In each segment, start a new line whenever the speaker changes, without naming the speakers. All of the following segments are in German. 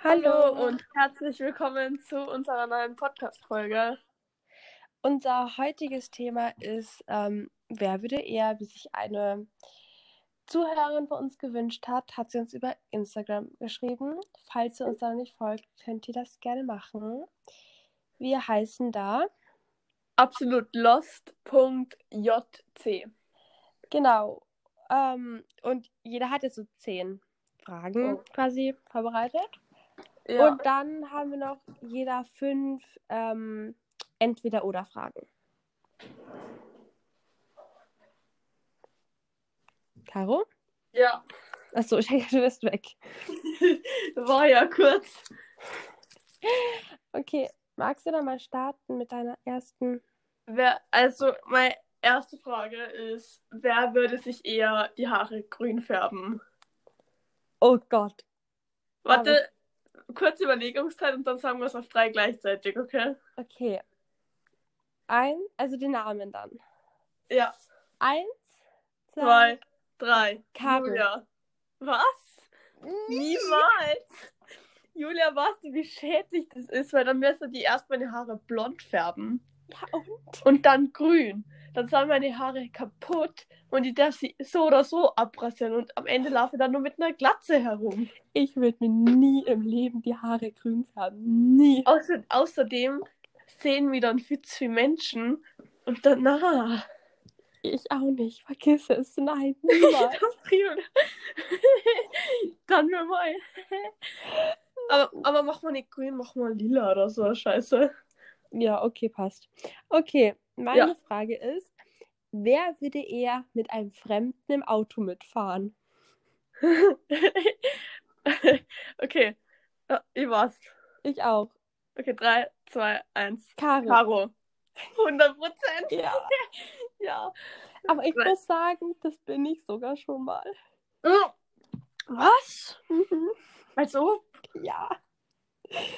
Hallo und herzlich willkommen zu unserer neuen Podcast-Folge.
Unser heutiges Thema ist, ähm, wer würde eher, wie sich eine Zuhörerin bei uns gewünscht hat, hat sie uns über Instagram geschrieben. Falls ihr uns da noch nicht folgt, könnt ihr das gerne machen. Wir heißen da,
Absolut lost.jc.
genau, ähm, und jeder hat jetzt so zehn Fragen
Oh.
quasi vorbereitet.
Ja,
Und dann haben wir noch jeder fünf ähm, Entweder-Oder-Fragen. Caro?
ja.
Achso, ich denke, du bist weg.
War ja kurz.
Okay, magst du dann mal starten mit deiner ersten?
Wer, also, meine erste Frage ist: Wer würde sich eher die Haare grün färben?
Oh Gott.
Warte, kurze Überlegungszeit und dann sagen wir es auf drei gleichzeitig, okay?
Okay. Ein, also den Namen dann.
Ja,
Eins,
zwei, drei.
Kabel.
Julia. Was? Niemals! Julia, weißt du, wie schädlich das ist? Weil dann müsste die erst meine Haare blond färben
Ja, und?
und dann grün. Dann sind meine Haare kaputt und ich darf sie so oder so abrasseln und am Ende laufe ich dann nur mit einer Glatze herum.
Ich würde mir nie im Leben die Haare grün färben. Nie.
Außer, außerdem sehen wir dann viel zu viele Menschen und danach.
Ich auch nicht. Vergiss es. Nein, niemals.
dann nur mal. Aber, aber mach mal nicht grün, mach mal lila oder so, scheiße.
ja, okay, passt. Okay, meine
Ja.
Frage ist, wer würde eher mit einem Fremden im Auto mitfahren?
okay. Ja, ich war's.
Ich auch.
Okay, 3, 2, 1.
Caro.
Caro. 100 Prozent.
Ja.
Ja.
Aber ich
Weil-
muss sagen, das bin ich sogar schon mal.
Hm. Was? Also?
Ja.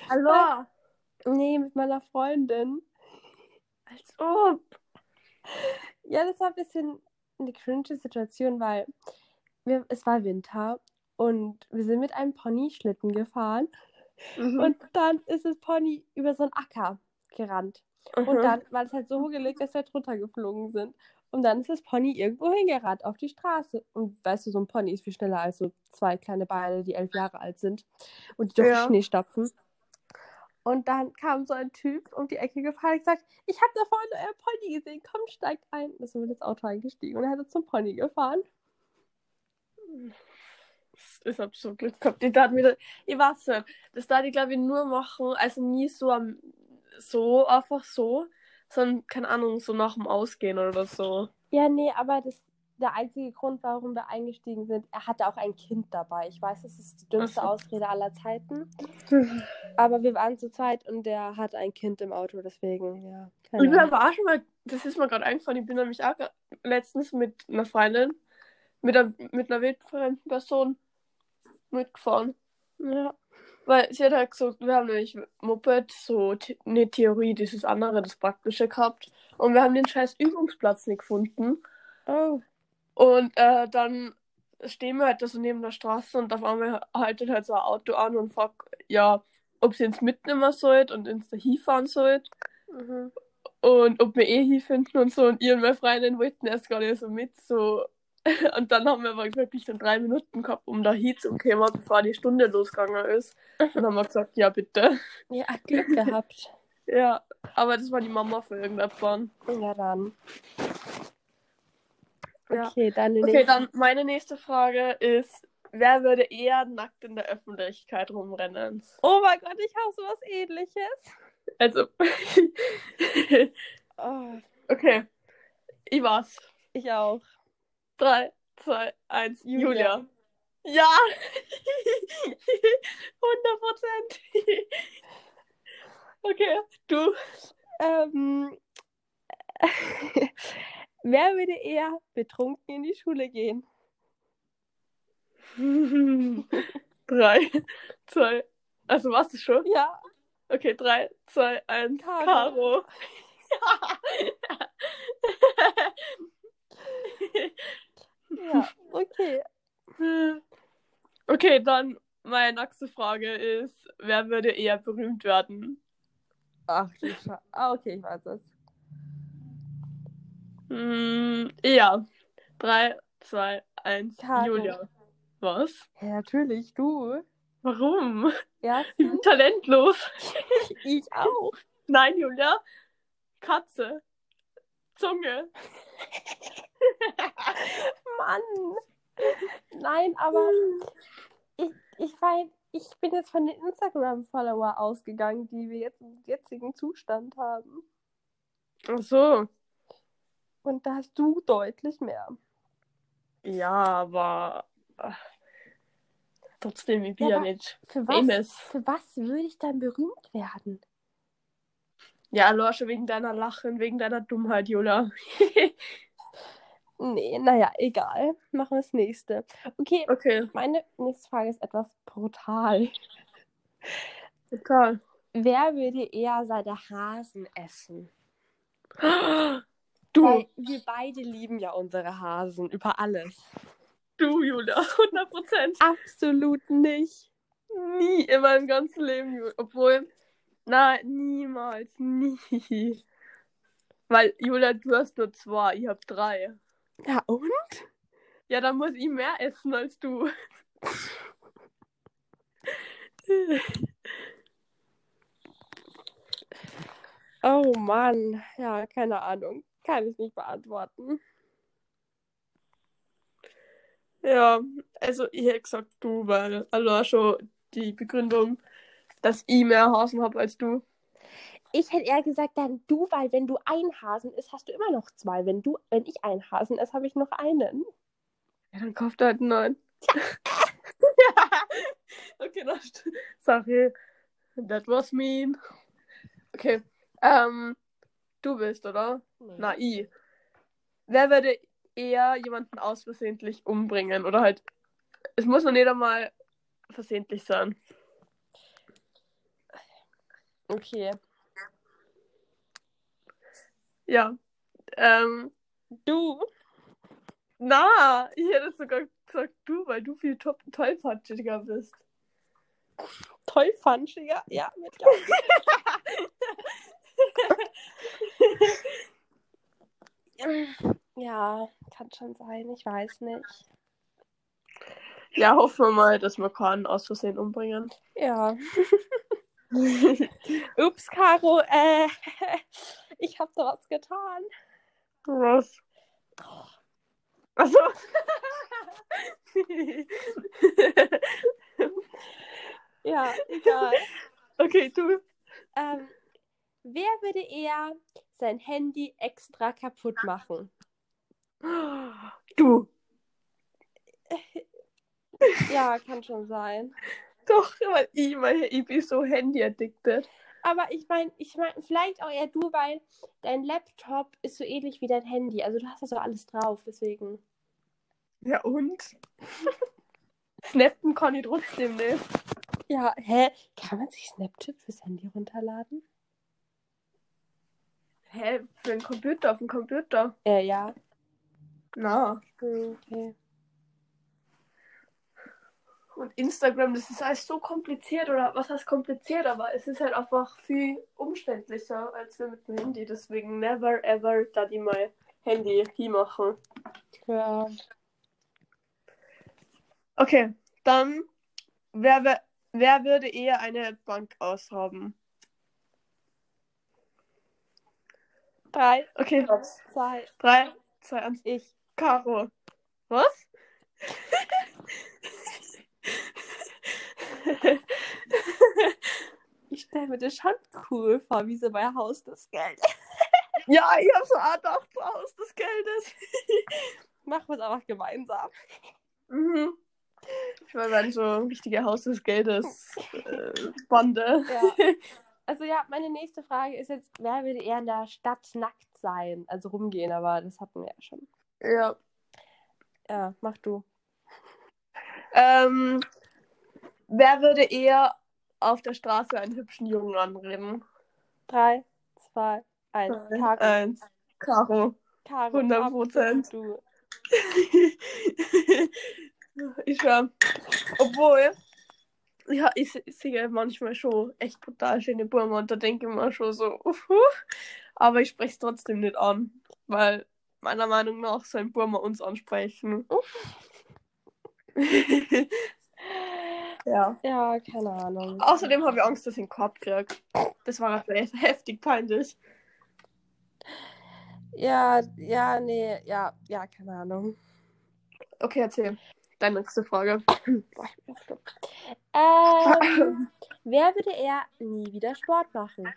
Hallo.
Nee, mit meiner Freundin.
Als ob.
Ja, das war ein bisschen eine cringe Situation, weil wir, es war Winter und wir sind mit einem Pony Schlitten gefahren
Und,
und dann ist das Pony über so einen Acker gerannt.
mhm.
Und dann war es halt so hochgelegt, dass wir halt runtergeflogen sind. Und dann ist das Pony irgendwo hingerannt auf die Straße. Und weißt du, so ein Pony ist viel schneller als so zwei kleine Beine, die elf Jahre alt sind und die durch
Ja.
den Schnee stapfen. Und dann kam so ein Typ um die Ecke gefahren und gesagt, ich habe da vorne euer Pony gesehen, komm, steigt ein. Und dann sind wir ins Auto eingestiegen und er hat uns zum Pony gefahren.
Das ist absolut Glück gehabt. Die tat mir das, ich weiß nicht. Das darf ich glaube ich nur machen, also nie so am, so einfach so, sondern keine Ahnung, so nach dem Ausgehen oder so.
Ja, nee, aber das der einzige Grund, warum wir eingestiegen sind, er hatte auch ein Kind dabei. Ich weiß, das ist die dümmste
Ach so.
Ausrede aller Zeiten. Aber wir waren zu zweit und der hat ein Kind im Auto, deswegen, ja.
Ich bin
Keine Ahnung.
aber auch schon mal, das ist mir gerade eingefallen, ich bin nämlich auch gra- letztens mit einer Freundin, mit einer, mit einer wildfremden Person mitgefahren.
Ja.
Weil sie hat halt gesagt, wir haben nämlich Moped, so th- eine Theorie, dieses andere, das Praktische gehabt. Und wir haben den scheiß Übungsplatz nicht gefunden.
Oh.
Und äh, dann stehen wir halt da so neben der Straße und auf einmal haltet halt so ein Auto an und fragt, ja, ob sie uns mitnehmen sollt und uns da hinfahren sollt.
Mhm.
Und ob wir eh hier finden und so. Und ihr und meine Freundin wollten erst gar nicht so mit. So. Und dann haben wir aber wirklich nur drei Minuten gehabt, um da hinzukommen, bevor die Stunde losgegangen ist. Und dann haben wir gesagt, ja, bitte.
Ja, Glück gehabt.
Ja, aber das war die Mama von irgendjemandem.
Ja, dann.
Ja.
Okay, dann die
Okay,
nächste-
dann meine nächste Frage ist, wer würde eher nackt in der Öffentlichkeit rumrennen?
Oh mein Gott, ich habe sowas ähnliches.
Also,
Oh,
okay, ich war's.
ich auch.
Drei, zwei, eins,
Julia.
Julia. Ja! 100 Prozent! Okay, du.
Ähm, wer würde eher betrunken in die Schule gehen?
Drei, zwei, also warst du schon?
Ja,
Okay, drei, zwei, eins,
Caro.
Caro.
ja, okay.
Okay, dann meine nächste Frage ist, wer würde eher berühmt werden?
Ach, du Scha Ah, okay, ich weiß das.
Hm, ja. 3, 2, 1,
Karin.
Julia. Was?
Ja, natürlich, du.
Warum? Ich bin
Erstens,
talentlos.
ich auch.
Nein, Julia. Katze. Zunge.
Mann! Nein, aber ich, ich mein, ich bin jetzt von den Instagram-Follower ausgegangen, die wir jetzt im jetzigen Zustand haben.
Ach so.
Und da hast du deutlich mehr.
Ja, aber ach, trotzdem, ich bin
Ja,
ja
aber
nicht
Für was,
famous.
für was würde ich dann berühmt werden?
Ja, Lorsche, wegen deiner Lachen, wegen deiner Dummheit, Julia.
Nee, naja, egal. Machen wir das nächste. Okay,
Okay,
meine nächste Frage ist etwas brutal.
total.
Wer würde eher seine Hasen essen?
Du,
Weil wir beide lieben ja unsere Hasen über alles.
du, Julia, 100 Prozent.
Absolut nicht.
Nie in meinem ganzen Leben, Ju- obwohl, nein, niemals, nie. Weil, Julia, du hast nur zwei, ich hab drei.
Ja, und?
Ja, dann muss ich mehr essen als du.
Oh Mann. Ja, keine Ahnung. Kann ich nicht beantworten.
Ja, also ich hätte gesagt du, weil allein schon die Begründung, dass ich mehr Hasen habe als du.
Ich hätte eher gesagt, dann du, weil wenn du ein Hasen isst, hast du immer noch zwei. Wenn du, wenn ich einen Hasen esse, habe ich noch einen.
Ja, dann kauft halt einen neuen. okay, das st- Sorry. That was mean. Okay. Ähm, du bist, oder? Na, ich. Wer würde eher jemanden aus versehentlich umbringen? Oder halt, es muss noch nicht einmal versehentlich sein.
Okay.
Ja. Ähm,
Du.
na, ich hätte sogar gesagt, du, weil du viel top- tollpatschiger bist.
Tollpanschiger. Ja, mit ja. ja, kann schon sein. Ich weiß nicht.
Ja, hoffen wir mal, dass wir Kahn aus Versehen umbringen.
Ja. Ups, Caro. Äh, ich habe da was getan.
Was? Achso.
Ja, egal.
okay, du.
ähm, wer würde eher sein Handy extra kaputt machen?
Du.
Ja, kann schon sein.
Doch, weil ich, weil ich bin so handy-addicted.
Aber ich meine, ich meine, vielleicht auch eher du, weil dein Laptop ist so ähnlich wie dein Handy. Also du hast ja so alles drauf, deswegen.
Ja, und? Snappen kann ich trotzdem nicht.
Ja, hä? Kann man sich Snapchat fürs Handy runterladen?
Hä, für den Computer, auf dem Computer.
Äh, ja.
Na.
Hm, Okay.
Und Instagram, das ist alles so kompliziert, oder was heißt kompliziert, aber es ist halt einfach viel umständlicher als wir mit dem Handy. Deswegen never ever da die mal Handy hinmachen.
Ja.
Okay, dann wer, wer, wer würde eher eine Bank ausrauben?
Drei,
Okay,
zwei,
drei, zwei, eins.
ich.
Caro. Was?
Ich stelle mir das schon cool vor, wie so bei Haus das Geld.
Ja, ich hab so eine Art auch aus des Geldes.
Machen wir es einfach gemeinsam.
Mhm. Ich war dann so richtige Haus des Geldes äh, Bande.
Ja. Also ja, meine nächste Frage ist jetzt, wer würde eher in der Stadt nackt sein? Also rumgehen, aber das hatten wir ja schon.
Ja.
Ja, mach du.
Ähm, wer würde eher auf der Straße einen hübschen Jungen anreden?
Drei, zwei, eins. Caro.
Eins. Caro.
Caro.
100%.
absolut Du.
ich war. Obwohl, ja, ich, ich sehe manchmal schon echt brutal schöne Bäume und da denke ich mir schon so, uhu. aber ich spreche es trotzdem nicht an, weil meiner Meinung nach sollen Burma uns ansprechen. ja.
Ja, keine Ahnung.
Außerdem habe ich Angst, dass ich einen Korb kriege. Das war gerade echt heftig peinlich.
Ja, ja, nee, ja, ja, keine Ahnung.
Okay, erzähl. Deine nächste Frage.
Boah, ich bin so dumm. Ähm, wer würde eher nie wieder Sport machen?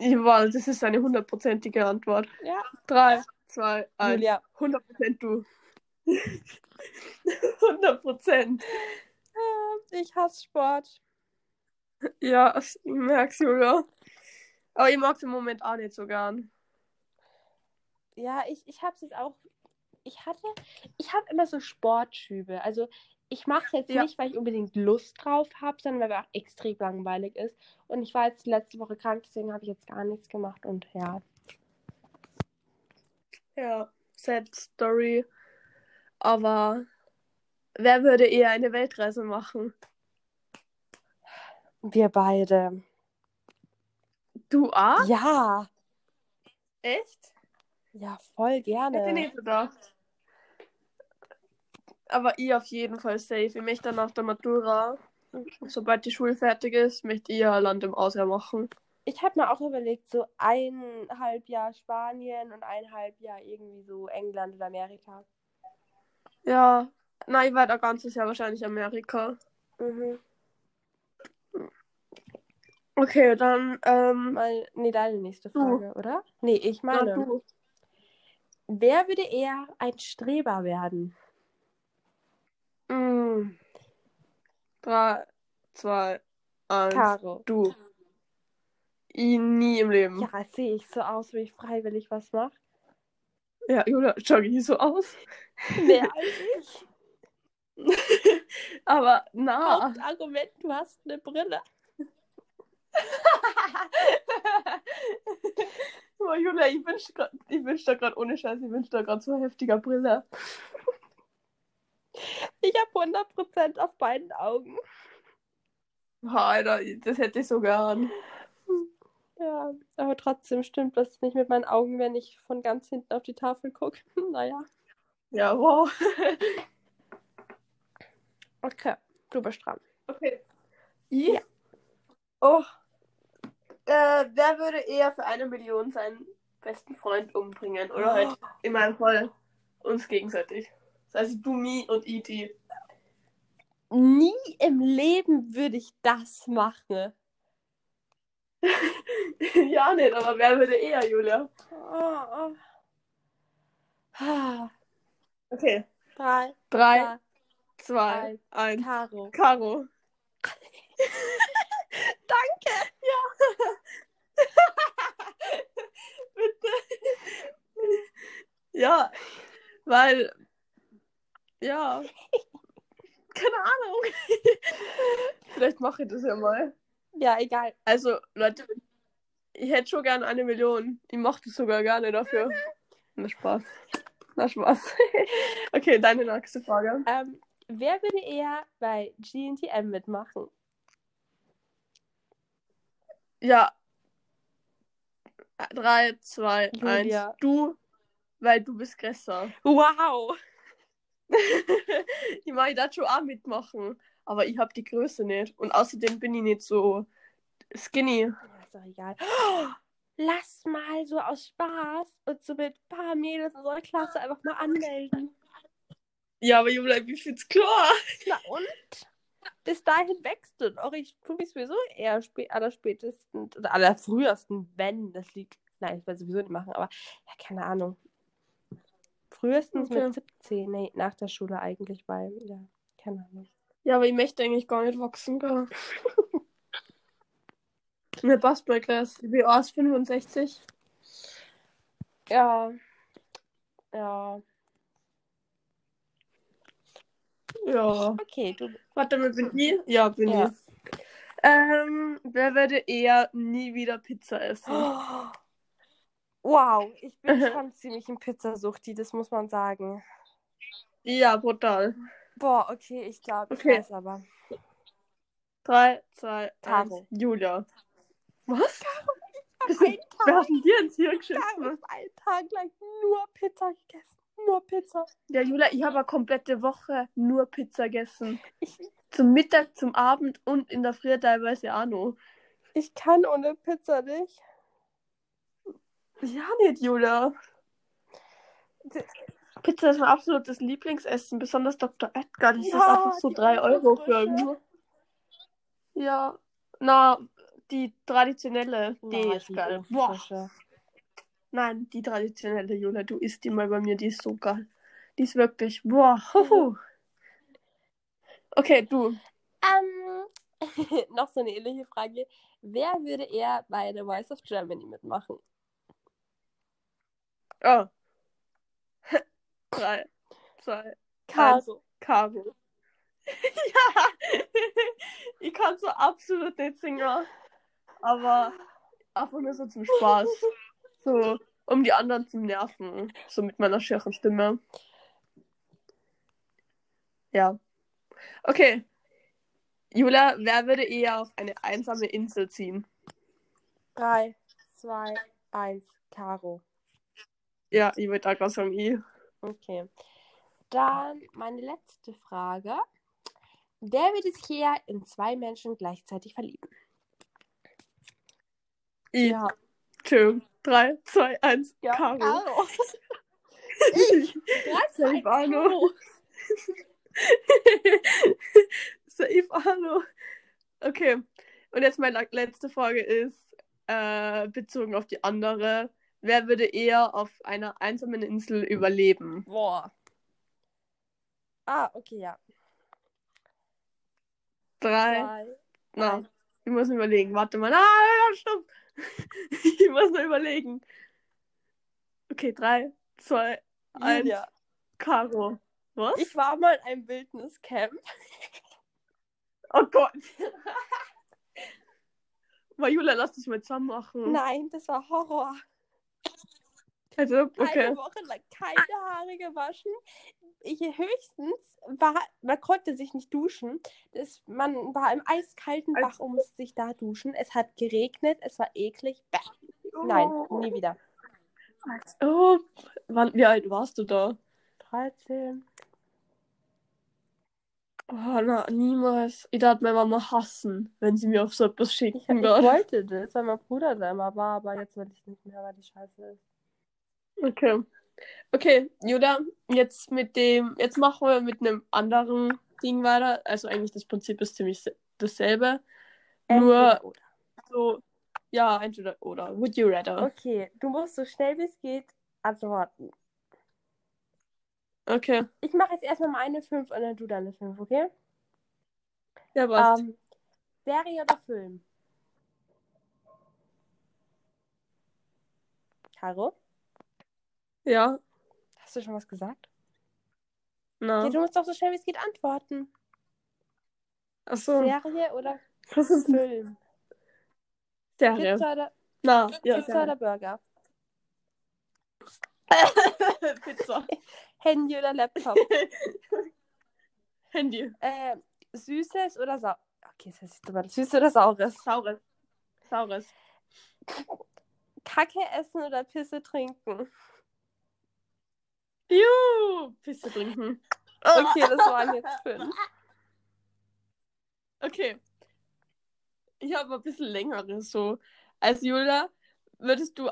Wow, das ist eine hundertprozentige Antwort.
Ja.
Drei, zwei, eins.
Julia.
100% du. 100%.
Ähm, ich hasse Sport.
Ja, ich merk's, Julia. Aber ich mag's im Moment auch nicht so gern.
Ja, ich, ich hab's jetzt auch. Ich hatte, ich habe immer so Sportschübe. Also ich mache es jetzt
Ja.
nicht, weil ich unbedingt Lust drauf habe, sondern weil es auch extrem langweilig ist. Und ich war jetzt letzte Woche krank, deswegen habe ich jetzt gar nichts gemacht. Und ja,
Ja, sad story. Aber wer würde eher eine Weltreise machen?
wir beide.
Du auch?
Ja,
Echt?
ja, voll
Hätte ich
gerne.
nicht gedacht. Aber ich auf jeden Fall safe. Ich möchte dann nach der Matura, sobald die Schule fertig ist, möchte ich ja Land im Ausland machen.
Ich habe mir auch überlegt, so eineinhalb Jahr Spanien und eineinhalb Jahr irgendwie so England oder Amerika.
Ja, nein, ich werde ein ganzes Jahr wahrscheinlich Amerika.
Mhm.
Okay, dann, ähm,
Mal, nee, deine nächste
Du.
Frage, oder? Nee, ich
ja,
meine.
du.
Wer würde eher ein Streber werden?
Mm. Drei, zwei, eins.
Caro.
Du. Ich nie im Leben. Ja,
Ja, sehe ich so aus, wie ich freiwillig was mache?
Julia, schau ich so aus.
Mehr als ich.
Aber
Ah.
na.
Hauptargument, du hast eine Brille.
Boah, Julia, ich wünsche wünsch da gerade ohne Scheiß, ich wünsche da gerade so heftiger Brille.
Ich habe 100% auf beiden Augen.
Boah, Alter, das hätte ich so gern.
Ja, aber trotzdem stimmt das nicht mit meinen Augen, wenn ich von ganz hinten auf die Tafel gucke. Naja.
Ja, wow.
Okay, du bist dran.
Okay. Ich? Oh. Äh, wer würde eher für eine Million seinen besten Freund umbringen? Oder halt in meinem Fall uns gegenseitig. Das heißt, du, me und E ich, die.
Nie im Leben würde ich das machen.
ja, nicht, aber wer würde eher, Julia?
Oh, oh.
Okay.
Drei,
Drei,
zwei,
zwei, eins.
Caro.
Caro.
Danke.
Bitte. ja, weil. Ja. Keine Ahnung. Vielleicht mache ich das ja mal.
Ja, egal.
Also, Leute, ich hätte schon gern eine Million. Ich mochte es sogar gerne dafür. Na Spaß. Na Spaß. okay, deine nächste Frage.
Ähm, wer würde eher bei GNTM mitmachen?
Ja. Äh, Drei, zwei,
Julia.
eins. Du, weil du bist größer.
Wow!
ich mag da schon auch mitmachen. Aber ich habe die Größe nicht. Und außerdem bin ich nicht so skinny.
Ja, ist doch egal. Oh, lass mal so aus Spaß und so mit ein paar Mädels unserer Klasse einfach mal anmelden.
Ja, aber Julia, ich find's klar.
Na und? Bis dahin wächst du doch. Ich tue mich sowieso eher spä allerspätesten oder allerfrühesten, wenn das liegt. Nein, ich werde sowieso nicht machen, aber ja, keine Ahnung. Frühestens
Okay.
mit 17, nee, nach der Schule eigentlich, weil, ja, keine Ahnung.
Ja, aber ich möchte eigentlich gar nicht wachsen, gell? Mir passt bei Glas. Ich bin aus 65.
Ja. Ja.
Ja.
Okay, du.
Warte mal, bin ich? Ja, bin
Ja.
ich. Ähm, wer würde eher nie wieder Pizza essen?
Oh.
Wow, ich
Mhm.
bin schon ziemlich in Pizzasuchti, das muss man sagen.
Ja, brutal.
Boah, okay, ich glaube, ich
Okay.
weiß aber.
Drei, zwei,
Taro.
eins. Julia. Was? Bist du-
Ein
Wir
Tag,
haben dir ins Hirn geschissen.
lang, einen Tag lang nur Pizza gegessen. Nur Pizza.
Ja, Julia, ich habe eine komplette Woche nur Pizza gegessen.
Ich,
Zum Mittag, zum Abend und in der Früh teilweise auch noch.
ich kann ohne Pizza nicht.
Ja, nicht, Julia. Pizza ist mein absolutes Lieblingsessen, besonders Dr. Edgar. Das ist
Ja,
einfach so
die
3 Euro für
Unterfrische.
Ja, na, die traditionelle, halt die
Na,
ist
die
geil. Boah.
Unfrische.
Nein, die traditionelle, Jona, du isst die mal bei mir, die ist so geil. Die ist wirklich, boah. huhu. Okay, du.
Ähm, noch so eine ähnliche Frage. Wer würde eher bei The Voice of Germany mitmachen?
Oh. Drei, zwei,
Caro.
Caro. ja, ich kann so absolut nicht singen, aber einfach nur so zum Spaß. So, um die anderen zu nerven. So mit meiner schirren Stimme. Ja. Okay. Jula, wer würde eher auf eine einsame Insel ziehen?
Drei, zwei, eins. Caro.
Ja, ich würde da gerade sagen, ich.
Okay. Dann meine letzte Frage. Wer würde sich eher in zwei Menschen gleichzeitig verlieben?
Ich.
Ja.
Tschö. Drei, zwei, eins.
Ja,
Caro.
Caro.
Ich.
Drei,
Safe
zwei,
Arno. Safe Arno. Okay. Und jetzt meine letzte Frage ist, äh, bezogen auf die andere. Wer würde eher auf einer einsamen Insel überleben?
Boah.
Ah, okay, ja.
Drei.
Drei.
Na,
eins.
ich muss mir überlegen. Warte mal. Ah, stopp. Ich muss mir überlegen. Okay, drei, zwei, eins.
Julia.
Caro. Was?
Ich war mal in einem Wildniscamp.
Oh Gott. Majula, lass dich mal zusammen machen.
Nein, das war Horror.
Also, okay.
Eine Woche lang keine Haare gewaschen. Ich, höchstens war, man konnte sich nicht duschen. Das, man war im eiskalten
Als-
Bach und musste sich da duschen. Es hat geregnet, es war eklig. Bäh. Nein, nie wieder.
Oh, wann, wie alt warst du da?
13.
Oh, na, niemals. Ich darf meine Mama hassen, wenn sie mir auf so etwas
Ich, ich
schicken darf.
wollte das, weil mein Bruder da immer war, aber jetzt will ich es nicht mehr, weil die Scheiße ist.
Okay. Okay, Julia, jetzt mit dem, jetzt machen wir mit einem anderen Ding weiter. Also eigentlich das Prinzip ist ziemlich se- dasselbe.
Ähm,
Nur
Entweder oder.
so, ja, entweder oder. Would you rather?
Okay, du musst so schnell wie es geht antworten.
Okay.
Ich mache jetzt erstmal meine 5 und dann du deine 5, okay?
Ja, passt.
Ähm, Serie oder Film? Caro,
ja,
hast du schon was gesagt?
na.
Ja, du musst doch so schnell wie es geht um antworten.
Achso,
Serie oder
Hm. das ist eine
Film?
Serie.
Pizza oder,
Na, ja,
Pizza
Serie.
oder Burger?
Pizza.
Handy oder Laptop?
Handy.
äh, süßes oder saures? Okay, das ist dumm. Süßes oder saures?
Saures. Saures.
Kacke essen oder Pisse trinken?
Juhu! Pisse trinken.
Okay, das waren jetzt fünf.
Okay. Ich habe ein bisschen längeres so. Als Julia, würdest du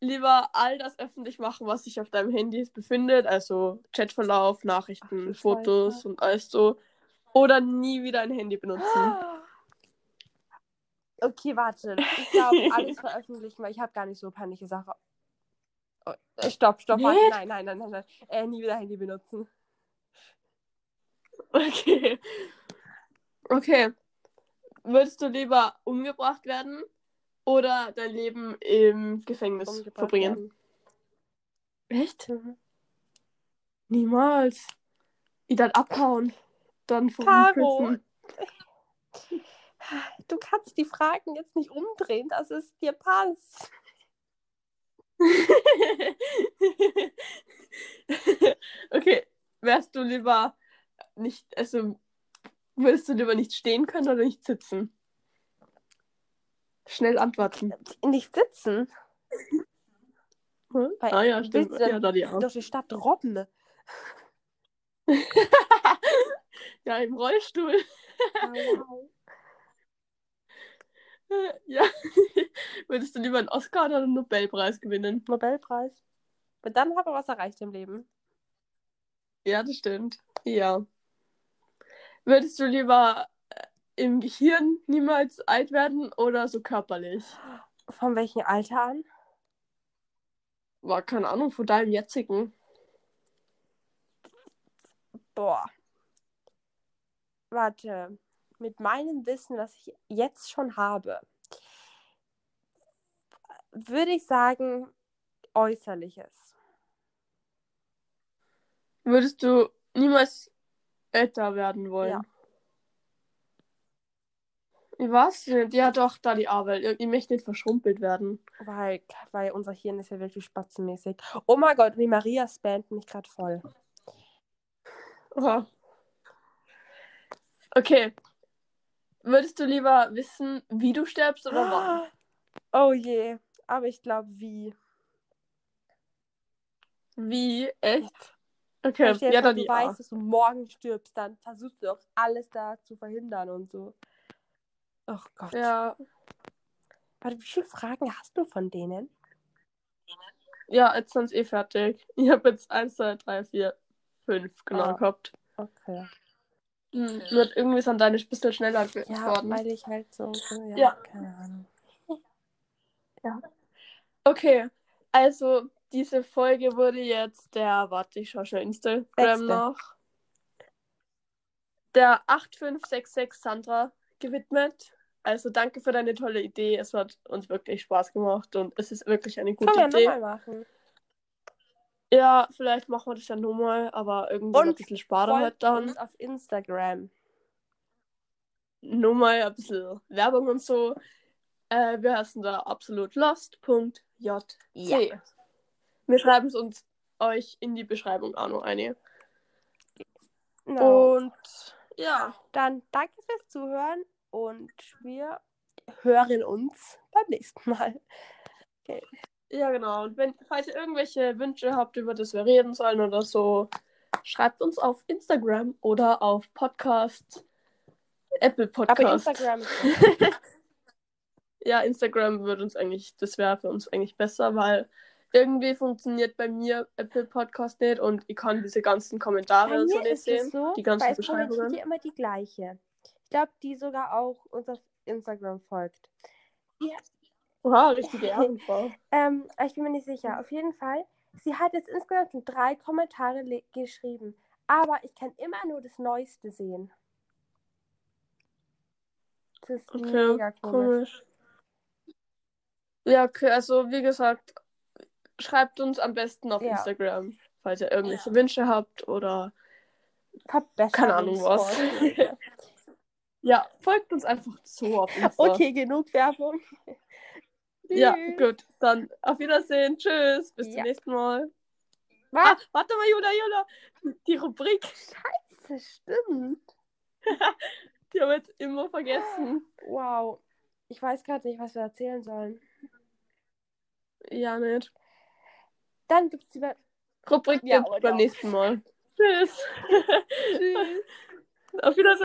lieber all das öffentlich machen, was sich auf deinem Handy befindet, also Chatverlauf, Nachrichten,
Ach du
Fotos
Scheiße.
und alles so, oder nie wieder ein Handy benutzen?
Okay, warte. Ich glaube, alles veröffentlichen, weil ich habe gar nicht so peinliche Sachen. Oh, äh, stopp, stopp, warte.
Nee?
Nein, nein, nein, nein, nein. Äh, nie wieder Handy benutzen.
Okay. Okay. Würdest du lieber umgebracht werden oder dein Leben im Gefängnis
Umgebracht
verbringen?
werden.
Echt? Niemals. Ich dann abhauen. Dann vom
Caro.
Prison.
Du kannst die Fragen jetzt nicht umdrehen, dass es dir passt.
okay, wärst du lieber nicht, also würdest du lieber nicht stehen können oder nicht sitzen? Schnell antworten.
Nicht sitzen.
Hm?
Weil-
ah ja, stimmt.
willst du dann-
Ja, da die auch.
Durch die Stadt robben.
Ja, im Rollstuhl. Ja. Würdest du lieber einen Oscar oder einen Nobelpreis gewinnen?
Nobelpreis. Und dann habe ich was erreicht im Leben.
Ja, das stimmt. Ja. Würdest du lieber äh, im Gehirn niemals alt werden oder so körperlich?
Von welchem Alter an?
War keine Ahnung, von deinem jetzigen.
Boah. Warte. Mit meinem Wissen, was ich jetzt schon habe, würde ich sagen, äußerliches.
Würdest du niemals älter werden wollen?
Ja.
Wie war's denn? Ja, doch, da die Arbeit. Ich möchte nicht verschrumpelt werden.
Weil, weil unser Hirn ist ja wirklich spatzenmäßig. Oh mein Gott, die Maria spannt mich gerade voll.
Oha. Okay. Würdest du lieber wissen, wie du stirbst oder wann?
Oh je. Aber ich glaube, wie.
Wie? Echt?
Wenn
Okay,
ich dir jetzt
ja,
sag,
da
du
die
weißt,
A.
dass du morgen stirbst, dann versuchst du auch alles da zu verhindern und so. Oh Gott.
Ja,
Warte, wie viele Fragen hast du von denen?
ja, jetzt sind eh fertig. Ich habe jetzt 1, 2, 3, 4, 5 genau
Ah.
gehabt.
Okay.
Hm, Nur irgendwie sind deine ein bisschen schneller
Ja,
geworden.
weil ich halt so. so ja,
Ja.
keine Ahnung.
Okay, also diese Folge wurde jetzt der, warte, ich schaue schon Instagram
Sechste.
nach, der 8566 Sandra gewidmet. Also danke für deine tolle Idee. Es hat uns wirklich Spaß gemacht und es ist wirklich eine gute
Können wir
Idee.
nochmal machen.
Ja, vielleicht machen wir das ja nochmal, aber irgendwie
Und
ein bisschen sparer heute
Folgt
dann.
uns auf Instagram.
Nur mal ein bisschen Werbung und so. Äh, wir heißen da absolut lost.jc.
Ja.
Wir schreiben es uns euch in die Beschreibung auch noch eine.
No.
Und ja,
Dann danke fürs Zuhören und wir hören uns beim nächsten Mal.
ja genau. Und wenn, falls ihr irgendwelche Wünsche habt, über das wir reden sollen oder so, schreibt uns auf Instagram oder auf Podcast, Apple Podcast.
Aber Instagram.
Ja, Instagram würde uns eigentlich, das wäre für uns eigentlich besser, weil irgendwie funktioniert bei mir Apple Podcast nicht und ich kann diese ganzen Kommentare
Bei
und so
mir
nicht
ist es
sehen.
so,
die ganzen
bei Spotify steht
Beschreibungen.
ja immer die gleiche. Ich glaube, die sogar auch uns auf Instagram folgt.
Oha, richtige Ehrenfrau.
Ähm, aber ich bin mir nicht sicher. Auf jeden Fall, sie hat jetzt insgesamt schon drei Kommentare le- geschrieben. Aber ich kann immer nur das Neueste sehen. Das ist
Okay,
mega komisch.
Ja, okay, also wie gesagt, schreibt uns am besten auf
Ja.
Instagram, falls ihr irgendwelche Wünsche habt oder
Verbesserungsvorschläge.
keine Ahnung was. ja, folgt uns einfach so auf Insta.
okay, genug Werbung.
Ja,
Tschüss.
gut. Dann auf Wiedersehen. Tschüss. Bis
Ja.
zum nächsten Mal.
Was?
Ah, warte mal, Jula, Jula. Die Rubrik,
Das stimmt.
die haben wir jetzt immer vergessen.
Wow. Ich weiß gerade nicht, was wir erzählen sollen.
Ja, nicht.
Dann gibt's die Be-
Rubrik
Ja,
gibt's
oder?
beim nächsten Mal. Tschüss.
Tschüss.
auf Wiedersehen.